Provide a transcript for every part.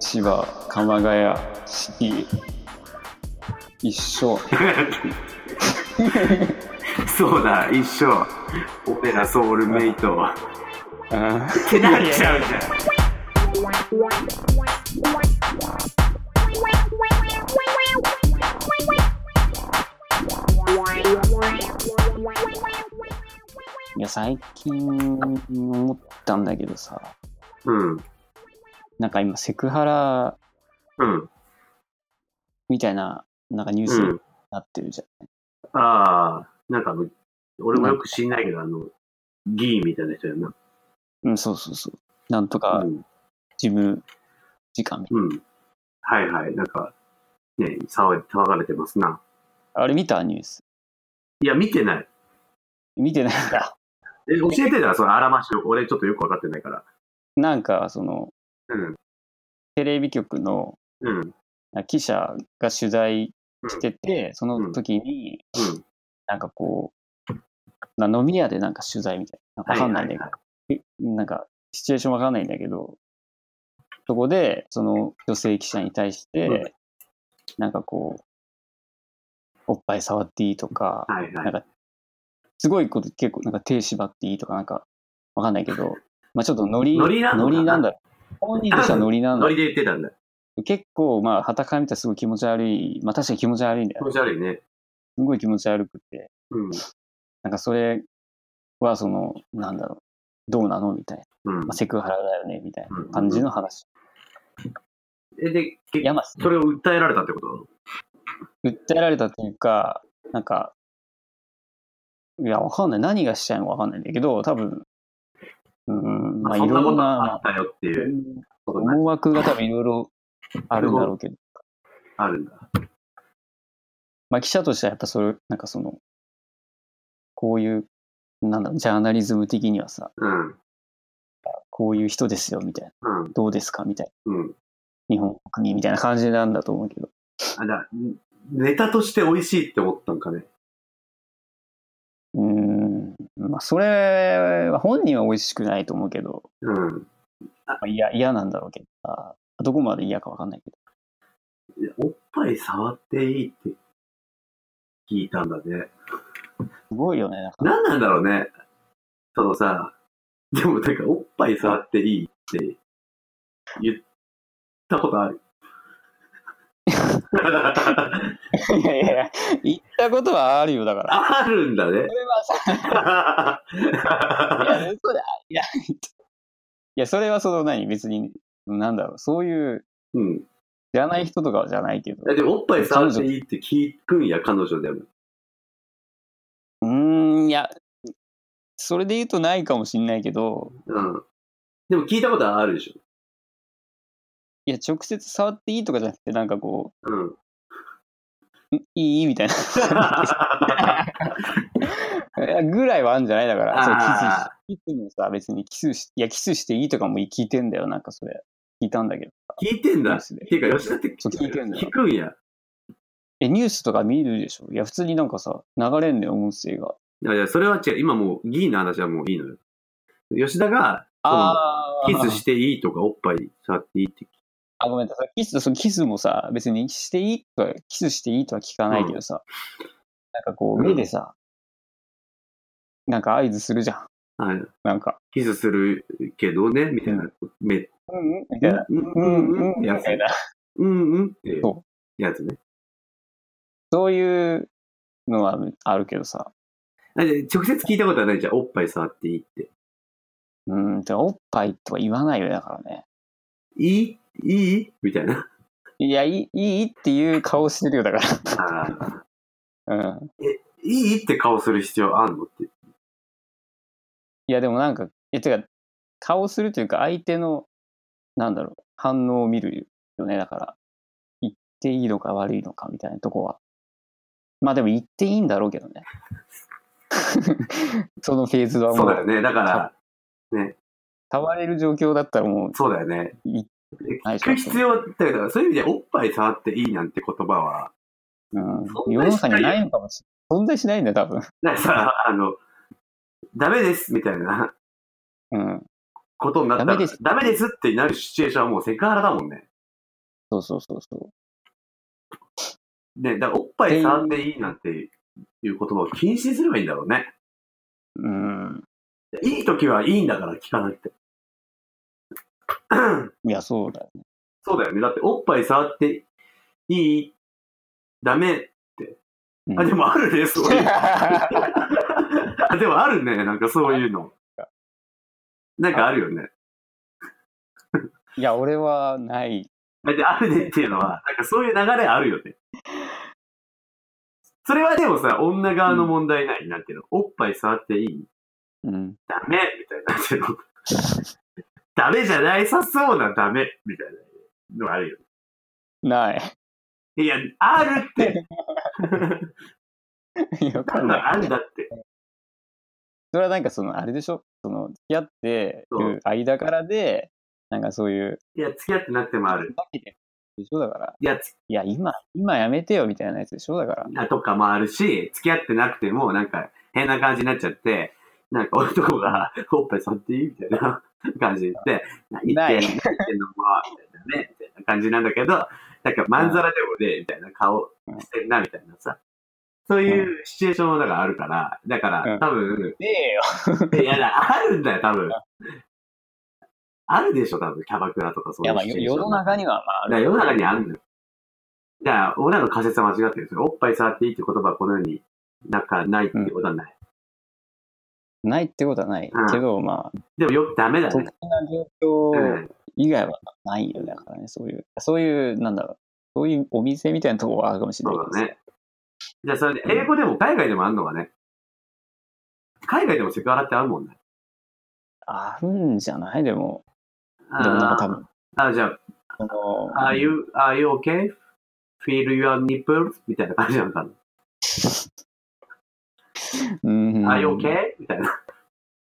千葉、鎌ヶ谷、市、一緒。 そうだ、一緒。俺らソウルメイト。あーってなっちゃうじゃん。いや、最近思ったんだけどさ、うん。なんか今セクハラうん。みたいな、なんかニュースうにん。なってるじゃん。ああ、なんかあの、俺もよく知んないけど、あの、議員みたいな人やな。うん、そうそうそう。なんとかうん。事務時間。うん。はいはい。なんか、ね、騒い騒がれてますな。あれ見たニュース。いや、見てない。見てないん だ。え、教えてたら、そのあらましを。俺ちょっとよくわかってないから。なんか、その、うん。テレビ局のうん。記者が取材してて、その時に、うん。なんかこう、な飲み屋でなんか取材みたいな。なんかわかんないんだけど、ははえなんかシチュエーションわかんないんだけど、そこで、その女性記者に対して、うんなんかこう、おっぱい触っていいとか、はいはいなんはい。か、すごいこと結構、なんか手縛っていいとか、なんか、わかんないけど、まあちょっとノリ、ノリなのかななんだろう。本人としてはノリなんだノリで言ってたんだ。結構、まあ、はたから見たらすごい気持ち悪い。まあ確かに気持ち悪いんだ気よ。持ち悪いね。すごい気持ち悪くて。うん。なんかそれは、その、なんだろう。どうなのみたいな。うんまあ、。セクハラだよねみたいな感じの話。え、で、けいや、まあ、それを訴えられたってこと訴えられたというか、なんか、いや、わかんない。何がしたいのかわかんないんだけど、多分、うん、まあ、いそんなろこんとな、あったよっていうことが思惑が多分いろいろあるんだろうけど、あるんだ。まあ、記者としてはやっぱそれ、なんかその、こういう、なんだろう、ジャーナリズム的にはさ、うん。こういう人ですよ、みたいな。うん。どうですかみたいうん。な。日本国みたいな感じなんだと思うけど。あ、だ、ネタとして美味しいって思ったんかね。うん。まあ、それは本人は美味しくないと思うけど、うん。まあ、嫌、嫌なんだろうけどさ、どこまで嫌かわかんないけど。いやおっぱい触っていいって聞いたんだね。すごいよね。なんか何なんだろうね。そのさ、でもなんかおっぱい触っていいって言ったこ とある。 いやいやいや、言ったことはあるよ、だから。あるんだそ。ねれはさ、いや、嘘だ。いや、 いや、それはその何、別に、なんだろう、そういう、 うん。知らない人とかはじゃないけど。えでもおっぱい触っていいって聞くんや、彼女でも。うーん、いや、それで言うとないかもしんないけど、うん。でも聞いたことはあるでしょ。いや、直接触っていいとかじゃなくて、なんかこうう、ん。 んいいみたいな ぐらいはあるんじゃないだから、そうあキスしキスもさ、別にキスし、いや、キスしていいとかも聞いてんだよ、なんかそれ。聞いたんだけど。聞いてんニュだ。ーっスでていうか、吉田ってそう聞いてんだよ聞くんや。え、ニュースとか見るでしょいや、普通になんかさ、流れんねん、音声が。いやいや、それは違う。今もう、議員の話はもういいのよ。吉田が、あキスしていいとか、おっぱい触っていいって聞あ、ごめんなさい。キス、そのキスもさ、別にしていいとは、キスしていいとは聞かないけどさ、なんかこう、うん目でさ、なんか合図するじゃん。く。はい。なんか、キスするけどね、みたいな。めうんうんみうたいな。ん、う、うんんうん、うんってやみつた。いな。うん、うんってそやつね。そういうのはあるけどさ、あで直接聞いたことはないじゃん。おっぱい触っていいって。うん、でおっぱいとは言わないよね、だからね。いいいいみたい な。いや、いい、いいっていう顔してるよ、だかあーら。うん。いいって顔する必要あんのって。いや、でもなんか、え、てか、顔するというか、相手の、なんだろう、反応を見るよね、だから。言っていいのか悪いのかみたいなとこは。まあでも言っていいんだろうけどね。 そのフェーズはもそうだよう、ね。だから、触れる状況だったらもうそうだよね。いはい聞く必要って、だからそういう意味で、おっぱい触っていいなんて言葉 は、うそん、ん世なのにし中なにいよないのかもしれない。存在しないんだよ、多分。なんかさ、あの、ダメですみたいな うん。ことになったら、ダメですダメですってなるシチュエーションはもうセクハラだもんね。そうそうそうそう。ね、だからおっぱい触んでいいなんていう言葉を禁止すればいいんだろうね。うん。いい時はいいんだから聞かなくて。 いや、そうだよね。そうだよね。だっておっぱい触っていいダメ。うんあ、でもあるね、そういう。あ、 でもあるね、なんかそういうの。なんかあるよね。 いや、俺はない。だってあるねっていうのは、なんかそういう流れあるよね。それはでもさ、女側の問題ない、なんていうの。おっぱい触っていいうん。ダメみたいな、なんていうの。 ダメじゃないさそうなダメみたいなのあるよない。 ね。いや、あるって。いや、わかなんんない。だ、あんだって。それはなんかその、あれでしょその、付き合ってる間からで、なんかそういう、いや、付き合ってなってもある。だけで、でしょだから。いや、ついや、今、今やめてよみたいなやつでしょだから。とかもあるし、付き合ってなくても、なんか変な感じになっちゃって、なんか男が、 おっぱい触っていいみたいな 感じで言って、何言ってなんの何言ってんのもう、みたいなね、みたいな感じなんだけど、なんかまんざらでもね、みたいな顔してんな、みたいなさ。そういうシチュエーションもだからあるから、だかうらん多分、ねえよ。いやだ、あるんだよ、多分。あるでしょ、多分、キャバクラとかそいういや、うまあ、シよチュエーション世の中には、まあ、あだからる世の中にあるのよ。だから、俺らの仮説は間違ってるんですよ。おっぱい触っていいって言葉はこのようになんかないってことはない。ないってことはないうんけど、まあ、でもよくダメだ特ね。殊な状う況ん以外はないよね。だからね、そういう、そういう、なんだろう、そういうお店みたいなところはあるかもしれないそけうだどね。じゃあそれで、英語でも海外でもあるのがね。海外でもセクハラってあるもんね。あるんじゃないでも、あでもなんか多ー分、あじゃそのあ、are you, are you okay?feel your nipples? みたいな感じなのかうん、な。are you okay? みたいな。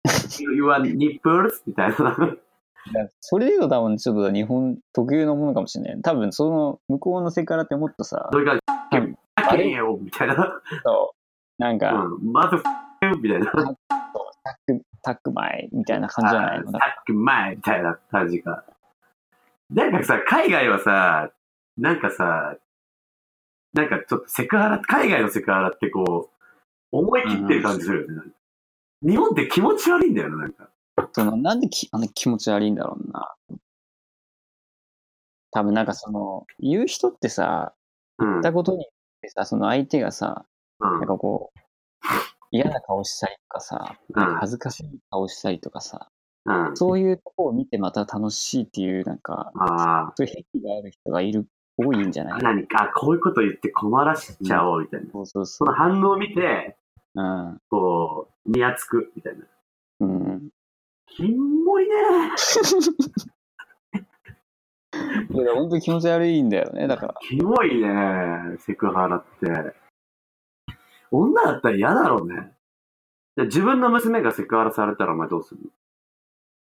feel your nipples? みたいな。それで言うと多分ちょっと日本特有のものかもしれない。多分その向こうのセクハラってもっとさど、ういうう感んじあけよみたいな。そうなんか、うん。まず、みたいな。タック、タック前みたいな感じじゃないのあさっき前みたいな感じが。なんかさ、海外はさ、なんかさ、なんかちょっとセクハラ、海外のセクハラってこう、思い切ってる感じするよね。なんか日本って気持ち悪いんだよね、なんか。そのなんできあの気持ち悪いんだろうな。多分なんかその、言う人ってさ、うん。言ったことによってさ、その相手がさ、うんなんかこう、嫌な顔したりとかさ、うん。恥ずかしい顔したりとかさ、うん。そういうとこを見てまた楽しいっていう、なんか、あそういう癖がある人がいる、多いんじゃなあ、い何か、こういうこと言って困らしちゃおうみたいな。そうそうそそうの。反応を見て、うん。こう、にやつく、みたいな。うん。キモいね。いや、本当に気持ち悪いんだよね、だから。キモいね、セクハラって。女だったら嫌だろうね。じゃあ自分の娘がセクハラされたらお前どうする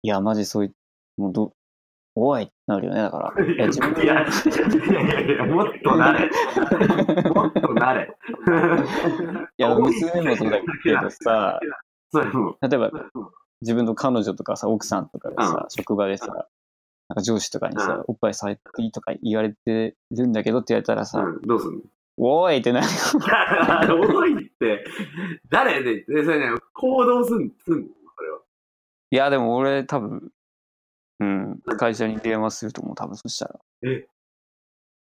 いや、マジそういう、もうど、おいってなるよね、だから。のいや、自分いやいやいやいや、もっとなれ。もっとなれ。 いや、娘もそうだけどさ、それも。例えば自分の彼女とかさ、奥さんとかがさ、職場でさ、なんか上司とかにさ、おっぱいされていいとか言われてるんだけどって言われたらうさ、ん、どうするのおーいってなる。 いや多いって、誰で、でそれね、行動すん、すんのいや、でも俺多分、うん、会社に電話すると思う、多分そしたら。え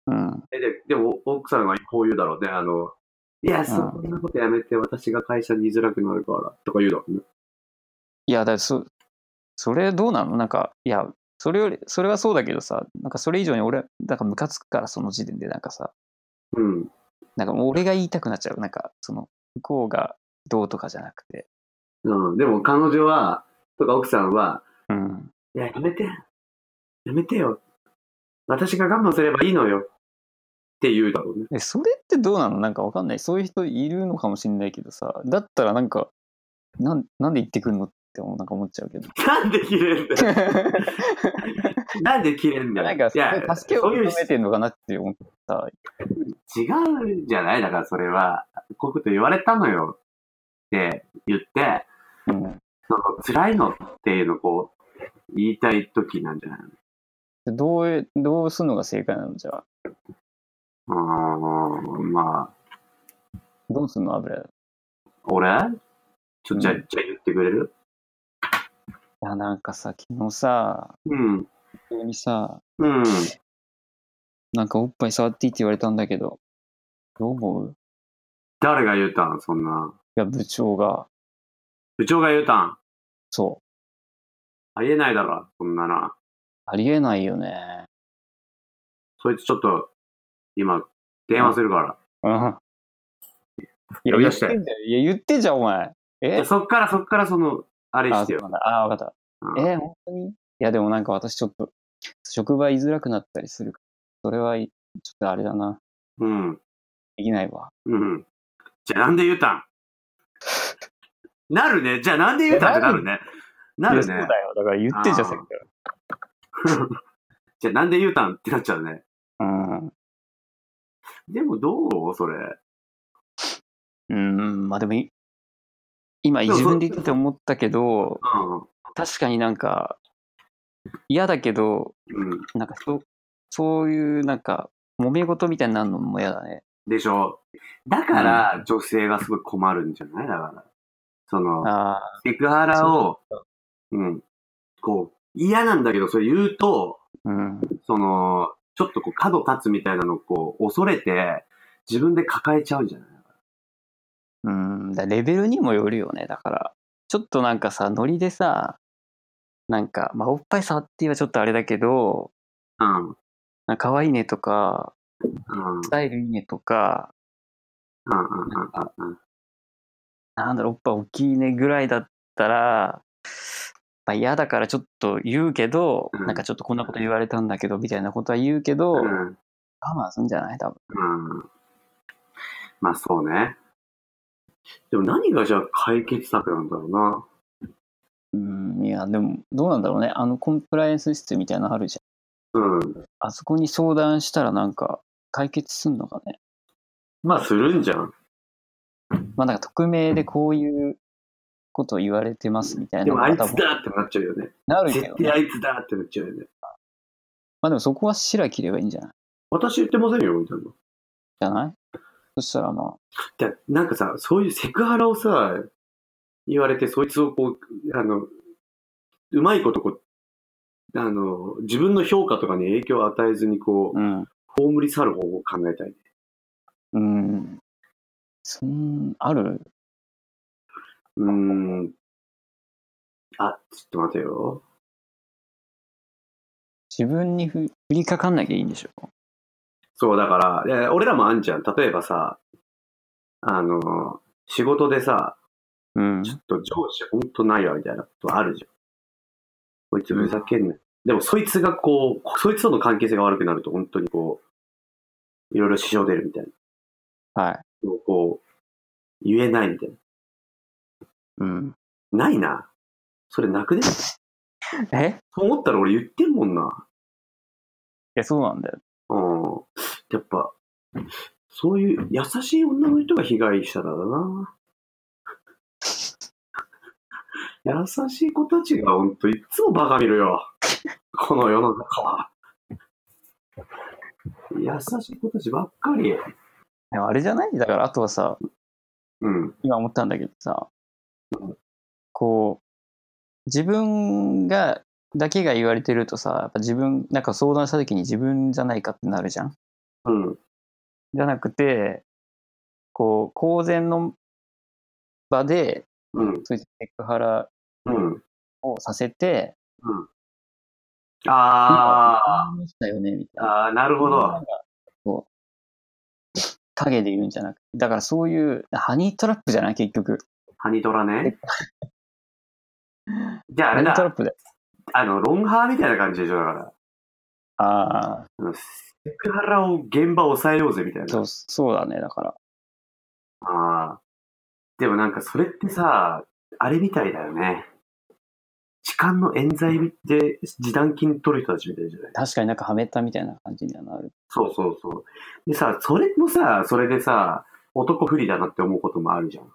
うん。えででも、奥さんはこう言うだろうね、あの、いや、そんなことやめて、私が会社に居づらくなるから、とか言うだろうね。いや、だからそ、それどうなのなんか、いや、それより、それはそうだけどさ、なんかそれ以上に俺、なんかムカつくから、その時点で、なんかさ、うん。なんかもう俺が言いたくなっちゃう。なんか、その、向こうがどうとかじゃなくて。うん、でも彼女は、とか奥さんは、うん。いや、やめて。やめてよ。私が我慢すればいいのよ。って言うだろうね。 え、それってどうなのなんかわかんない。そういう人いるのかもしれないけどさ、だったらなんか、なんなんで言ってくんのって思うなんか思っちゃうけど。なんで切れ んだよ。なんで切れんだよ。なんか、いや、助けをそうい求うめてんのかなって思った。違うんじゃないだからそれは、こういうこと言われたのよ。って言って、うん、その辛いのっていうのをこう、言いたい時なんじゃないのでどうえ、どうするのが正解なのじゃあ。うーん、まあ、どうすんの油だ。い俺ちょ、じゃあ、うじゃあ言ってくれるや、なんかさ、昨日さ、うん。急にさ、うん。なんかおっぱい触っていいって言われたんだけど、どう思う誰が言うたんそんな。いや、部長が、部長が言うたんそう、ありえないだろ、そんなな。ありえないよね。そいつちょっと、今、電話するから。うん。いや、呼言び出っしててんじゃん。いや、言ってんじゃん、お前。いえやそっから、そっからその、あれあ、そしてうよ。なんだ。あ、わかった。うんえー本当にいや、でもなんか私ちょっと、職場居づらくなったりするから、それはい、ちょっとあれだな。うん。できないわ。うん。じゃあなんで言うたんなるね。じゃあなんで言うたんってなるね。なやいるそうね。だよ。だから言ってんじゃん、あさーっきから。じゃあなんで言うたんってなっちゃうね。うん。でもどうそれ。うん、まあでもい、今、でもそ自分で言ってて思ったけど、確かになんか、嫌だけど、うん。うん。なんかそう、そういうなんか、揉め事みたいになるのも嫌だね。でしょ。だから、女性がすごい困るんじゃないだから。その、ああ、セクハラを、うん。こう、嫌なんだけど、それ言うと、うん。その、ちょっとこう、角立つみたいなのをこう、恐れて、自分で抱えちゃうんじゃないうん、だレベルにもよるよね。だから、ちょっとなんかさ、ノリでさ、なんか、まあ、おっぱい触ってはちょっとあれだけど、うん。うん。なんか可愛いねとか、うん。うん。スタイルいいねとか、うん。うん。なんだろう、おっぱい大きいねぐらいだったら、まあ嫌だからちょっと言うけど、うんなんかちょっとこんなこと言われたんだけど、みたいなことは言うけど、うん。うん。我慢するんじゃない多分。うん。まあ、そうね。でも何がじゃあ解決策なんだろうな。うん、いや、でも、どうなんだろうね。あの、コンプライアンス室みたいなのあるじゃん。うん。あそこに相談したらなんか、解決すんのかね。まあ、するんじゃん。まあなんか匿名でこういうことを言われてますみたいでなのも、あいがつ多分だってなっちゃうよね。なるけど絶ね、対あいつだってなっちゃうよね。まあでもそこは白切ればいいんじゃない私言ってませんよ、みたいな。じゃないそしたらまでなんかさ、そういうセクハラをさ、言われて、そいつをこう、あの、うまいことこう、あの、自分の評価とかに影響を与えずに、こあ、うん。う、葬り去る方法を考えたい。うん。そん、あるうーん。あ、ちょっと待てよ。自分にふ振りかかんなきゃいいんでしょそう、だから、いや俺らもあんじゃん。例えばさ、あの、仕事でさ、うん。ちょっと上司ほんとないわ、みたいなことあるじゃん。こいつふざけんな、でも、そいつがこう、そいつとの関係性が悪くなると、本当にこう、いろいろ支障出るみたいな。はい。こう、言えないみたいうん。な。ないな。それなくねそえう思ったら俺言ってんもんな。いや、そうなんだよ。うん。やっぱ、そういう優しい女の人が被害者だな。優しい子たちがほんといっつもバカ見るよ。この世の中は。優しい子たちばっかり。でもあれじゃないだから、あとはさ、うん。今思ったんだけどさ、こう、自分が、だけが言われてるとさ、やっぱ自分、なんか相談した時に自分じゃないかってなるじゃんうん。じゃなくて、こう、公然の場で、うん。そういうセクハラうん。をさせて、ああ。したよね、みー。たいな。あー、なるほど。そう。影で言うんじゃなくて、だからそういう、ハニートラップじゃない結局。ハニトラね。じゃああハれニートラだ、ップで。あの、ロンハーみたいな感じでしょ、だから。ああ、あのセクハラを、現場抑えようぜみたいな。そう、そうだね、だから。ああ。でもなんかそれってさ、あれみたいだよね。痴漢の冤罪で示談金取る人たちみたいじゃない確かになんかはめたみたいな感じにはなる。そうそうそう。でさ、それもさ、それでさ、男不利だなって思うこともあるじゃん。う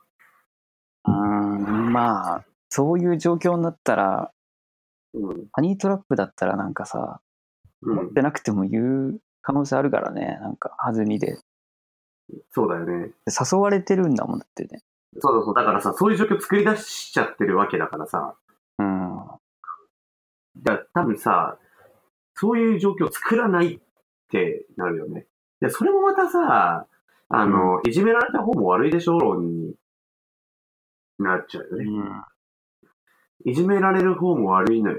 ーん、まあ、そういう状況になったら、うん。ハニートラップだったらなんかさ、う持っん。てなくても言う可能性あるからね、なんか、弾みで。そうだよね。誘われてるんだもんだってね。そうそうそう。だからさ、そういう状況作り出しちゃってるわけだからさ。うん。だ多分さ、そういう状況を作らないってなるよね。いや、それもまたさ、あの、いじめられた方も悪いでしょ論になっちゃうよね。いじめられる方も悪いのよ。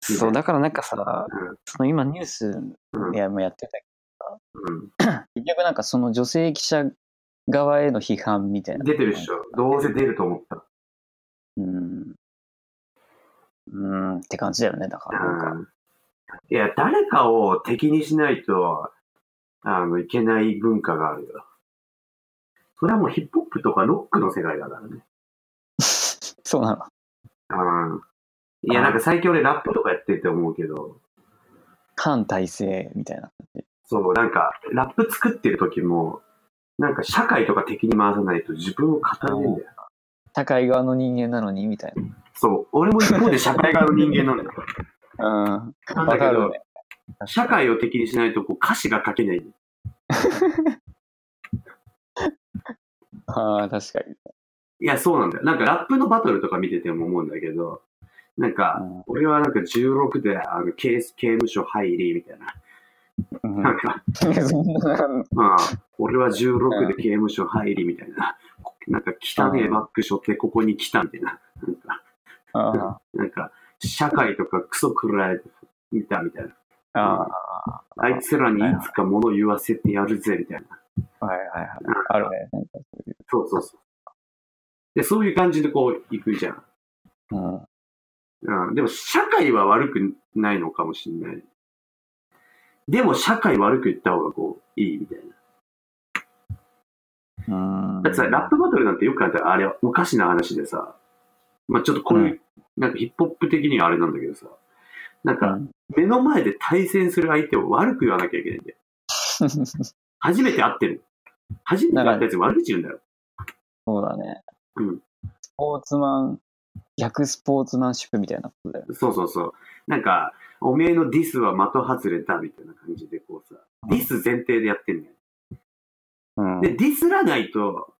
そう、だからなんかさ、その今ニュースうん。うんい。やもうやってたけうんど、結局なんかその女性記者側への批判みたいな。出てるっしょ。どうせ出ると思った。うん。うん、って感じだよね、だからなんか。 うんいや、誰かを敵にしないと、あの、いけない文化があるよ。それはもうヒップホップとかロックの世界だからね。そうなの。うん。いや、なんか最近俺ラップとかやってて思うけど、反体制みたいな。そう、なんか、ラップ作ってる時も、なんか社会とか敵に回さないと自分を語れるんだよ。高い側の人間なのにみたいそう、俺も一方で社会側の人間 なんだよ。な。うん。なんだわけかどる、ね。社会を敵にしないとこう歌詞が書けない。ああ、確かに。いや、そうなんだよ。なんかラップのバトルとか見てても思うんだけど、なんか、うん俺はなんか16で、あの、ケース刑務所入り、みたいな。うんなんか、 そんな、まあ、俺は16で刑務所入り、みたいな。なんか、汚えバック背負ってここに来た、みたいな。なんか、あなんか、社会とかクソ食らえた、みたいな。あ、ああいつらにいつか物言わせてやるぜ、みたいな。あ、はいはいはい。あるね。なんかそういう。そうそうそう。で、そういう感じでこう、行くじゃん。うん。うん、でも社会は悪くないのかもしれない。でも社会悪く言った方がこう、いいみたいな。うん。だってさ、 ラップバトルなんてよくあったあれはおかしな話でさ、まあちょっとこういう、なんかヒップホップ的にはあれなんだけどさ、なんうかん目の前で対戦する相手を悪く言わなきゃいけないんだよ。初めて会ってる。初めて会ったやつに悪口言うんだよ。そうだね。うんスポーツマン、逆スポーツマンシップみたいなことだよね。そうそうそう。なんか、おめえのディスは的外れだみたいな感じでこうさ、ディス前提でやってんだよ。うんで、ディスらないと、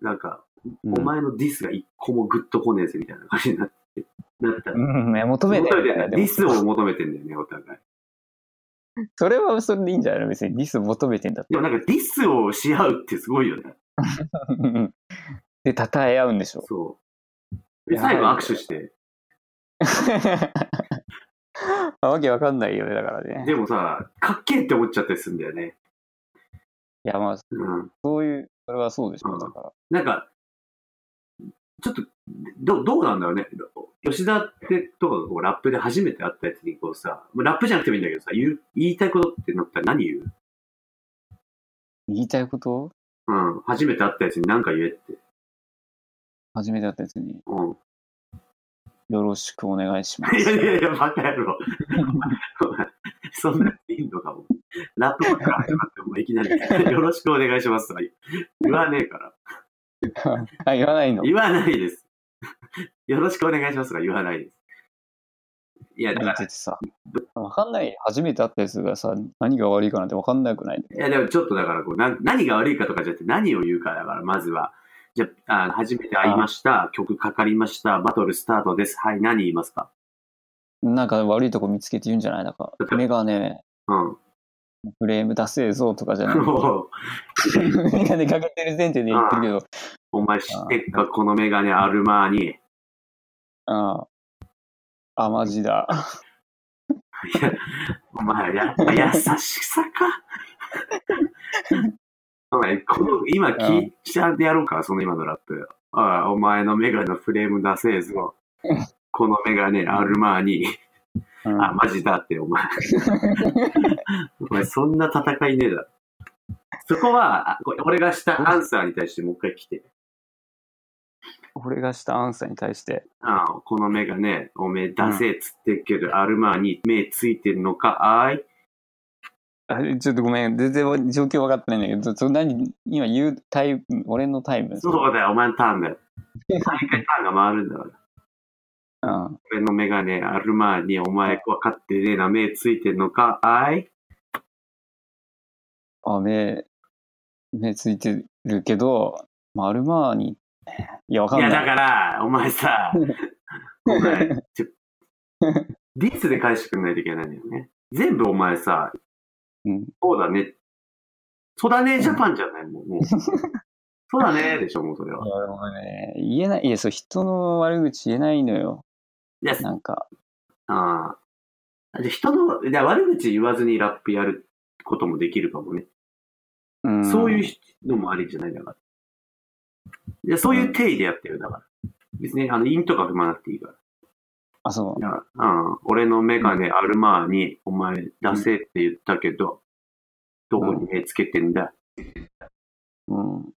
なんか、うんお前のディスが一個もグッとこねえぜみたいな感じになって、なったら。うん、ね求めて求るめよてなねいでデもィスを求めてんだよね、お互い。それはそれでいいんじゃないの別にディス求めてんだっでもなんかディスをし合うってすごいよね。たら。うん で、称え合うんでしょ。 そう。で、やばい最ね後握手して。わけわかんないよね、だからね。でもさ、かっけえって思っちゃったりするんだよね。いや、まあ、うん。そういう、それはそうでしうょ、んだから。なんか、ちょっと、どどうなんだろうね。吉田ってとかがこうラップで初めて会ったやつにこうさ、まあラップじゃなくてもいいんだけどさ、言う言いたいことってなったら何言う言いたいことうん。初めて会ったやつに何か言えって。初めてだったやつに、うん。よろしくお願いしまいやいやす。いや、バカ野郎。 そんなにいいのかも。ラップバカ始まって、お前いきなり、よろしくお願いしますとか言う言わねえから。あ、言わないの。言わないです。よろしくお願いしますとか言わないです。いや、だ言かっててさ。わかんない。初めて会ったやつがさ、何が悪いかなんてわかんなくない。ら、いや、でもちょっとだからこうな、何が悪いかとかじゃなくて、何を言うかだから、まずは。じゃあ、あの初めて会いました。曲かかりました。バトルスタートです。はい、何言いますかなんか悪いとこ見つけて言うんじゃないなん か、メガネ、うん。フレーム出せえぞとかじゃない。もうメガネかけてる前提で言ってるけ ど、お前知ってっか、このメガネアルマーニ。 いああ、マジだ。や、お前、やっぱ優しさか。 お前、この、今聞いちゃってやろうか、その今のラップ。ああ、お前のメガネのフレーム出せ えぞうん。このメガネ、アルマーニ。うんあ、マジだって、お前。お前、そんな戦いねえだろ。そこは、あこれ俺がしたアンサーに対してもう一回来て。俺がしたアンサーに対して、ああ、このメガネ、おめえ出せえっつってっけど、アルマーニ、目ついてんのか、あーい。あちょっとごめん、全然状況分かってないんだけど、そ何今言うタイム、俺のタイム。そうだよ、お前のターンだよ。毎回ターンが回るんだから。うん。俺のメガネ、アルマーニ、お前分かってねえな、目ついてんのか、あいあ、目、目ついてるけど、まあ、アルマーニ、いや、わかいんなや、い。だから、お前さ、お前、 ちょディスで返してくんないといけないんだよね。全部お前さ、うんそうだね。そうだね、ジャパンじゃないもん、も う。そうだね、でしょ、もうそれは。いや、もうね、言えない、いや、そう、人の悪口言えないのよ。いや、なんか、ああ。じゃあ人の、じゃあ悪口言わずにラップやることもできるかもね。うん。そういうのもありじゃないだから。いや、そういう定義でやってるだから。別に、あの、陰とか踏まなくていいから。あ、そうい。や、うん、俺のメガネアルマーに、お前出せって言ったけど、どこに目つけてんだ、うん。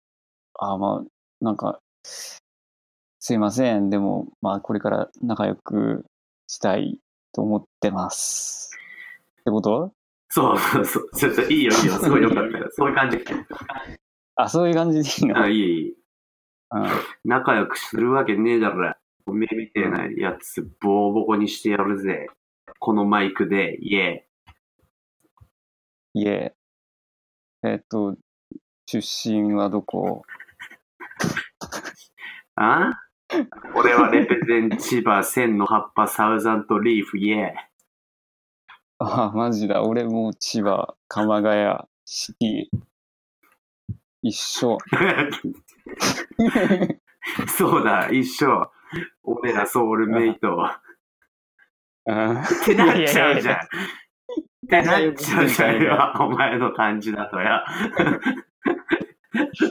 あ、まあ、なんか、すいません。でも、まあ、これから仲良くしたいと思ってます。ってことそうそうそう。ちょっといいよいいよ。すごいよかったよ。そういう感 じ。あ、そういう感じでいいのあ、いいいい。うん。仲良くするわけねえだろ。おめえみてえなやつ、ボーボコにしてやるぜ。このマイクで、イエいえ。えっと、出身はどこー。あ俺は レペゼン千葉、千の葉っぱ、サウザントリーフ、イエあ、マジだ。俺も千葉、鎌ヶ谷、四季。一緒。ー。そうだ、一緒。俺らソウルメイト。うんってなっちゃうじゃん。ってなっちゃうじゃんいやいやいよ。お前の感じだとや。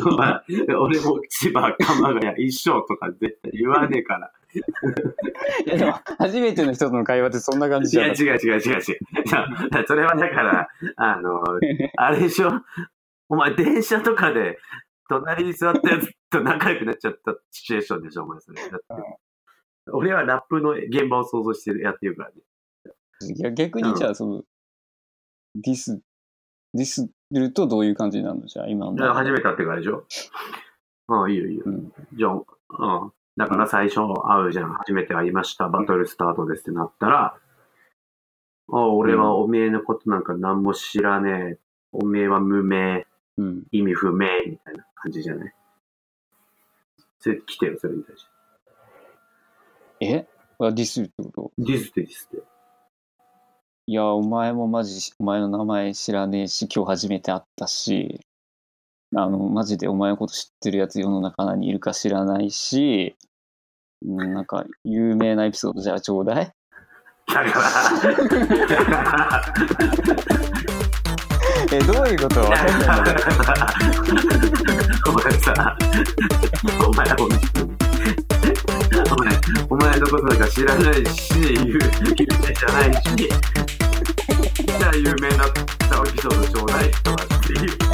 お前俺も千葉、鎌ヶ谷、一生とか絶対言わねえから。いやでも、初めての人との会話ってそんな感じいだや、っ違う違う違う違 う。じゃあそれはだから、あの、あれでしょお前、電車とかで、隣に座ったやつと仲良くなっちゃったシチュエーションでしょ、お前それ。だって俺はラップの現場を想像してやってるからね。た。いや、逆にじゃあ、その、ディス、ディスるとどういう感じになるのじゃあ、今の。だから始めたってからでしょうん、いいよいいよ。うんじゃあ、うん。だから最初会うじゃん。初めて会いました。バトルスタートですってなったら、あ俺はおめえのことなんか何も知らねえ。おめえは無名。うん。意味不明。みたいな感じじゃないそれ来てよ、それに対して。えあディスるってことディスってディスって。いや、お前もマジ、お前の名前知らねえし、今日初めて会ったし、あの、マジでお前のこと知ってるやつ世の中何いるか知らないし、うんなんか、有名なエピソードじゃあちょうだい。だから、だから、え、どういうことわかんないんだけどお前さ、お前本当に。お前、お前のことなんか知らないし、有有名じゃないし、じゃあ有名なったエピソードちょうだいとかっていう。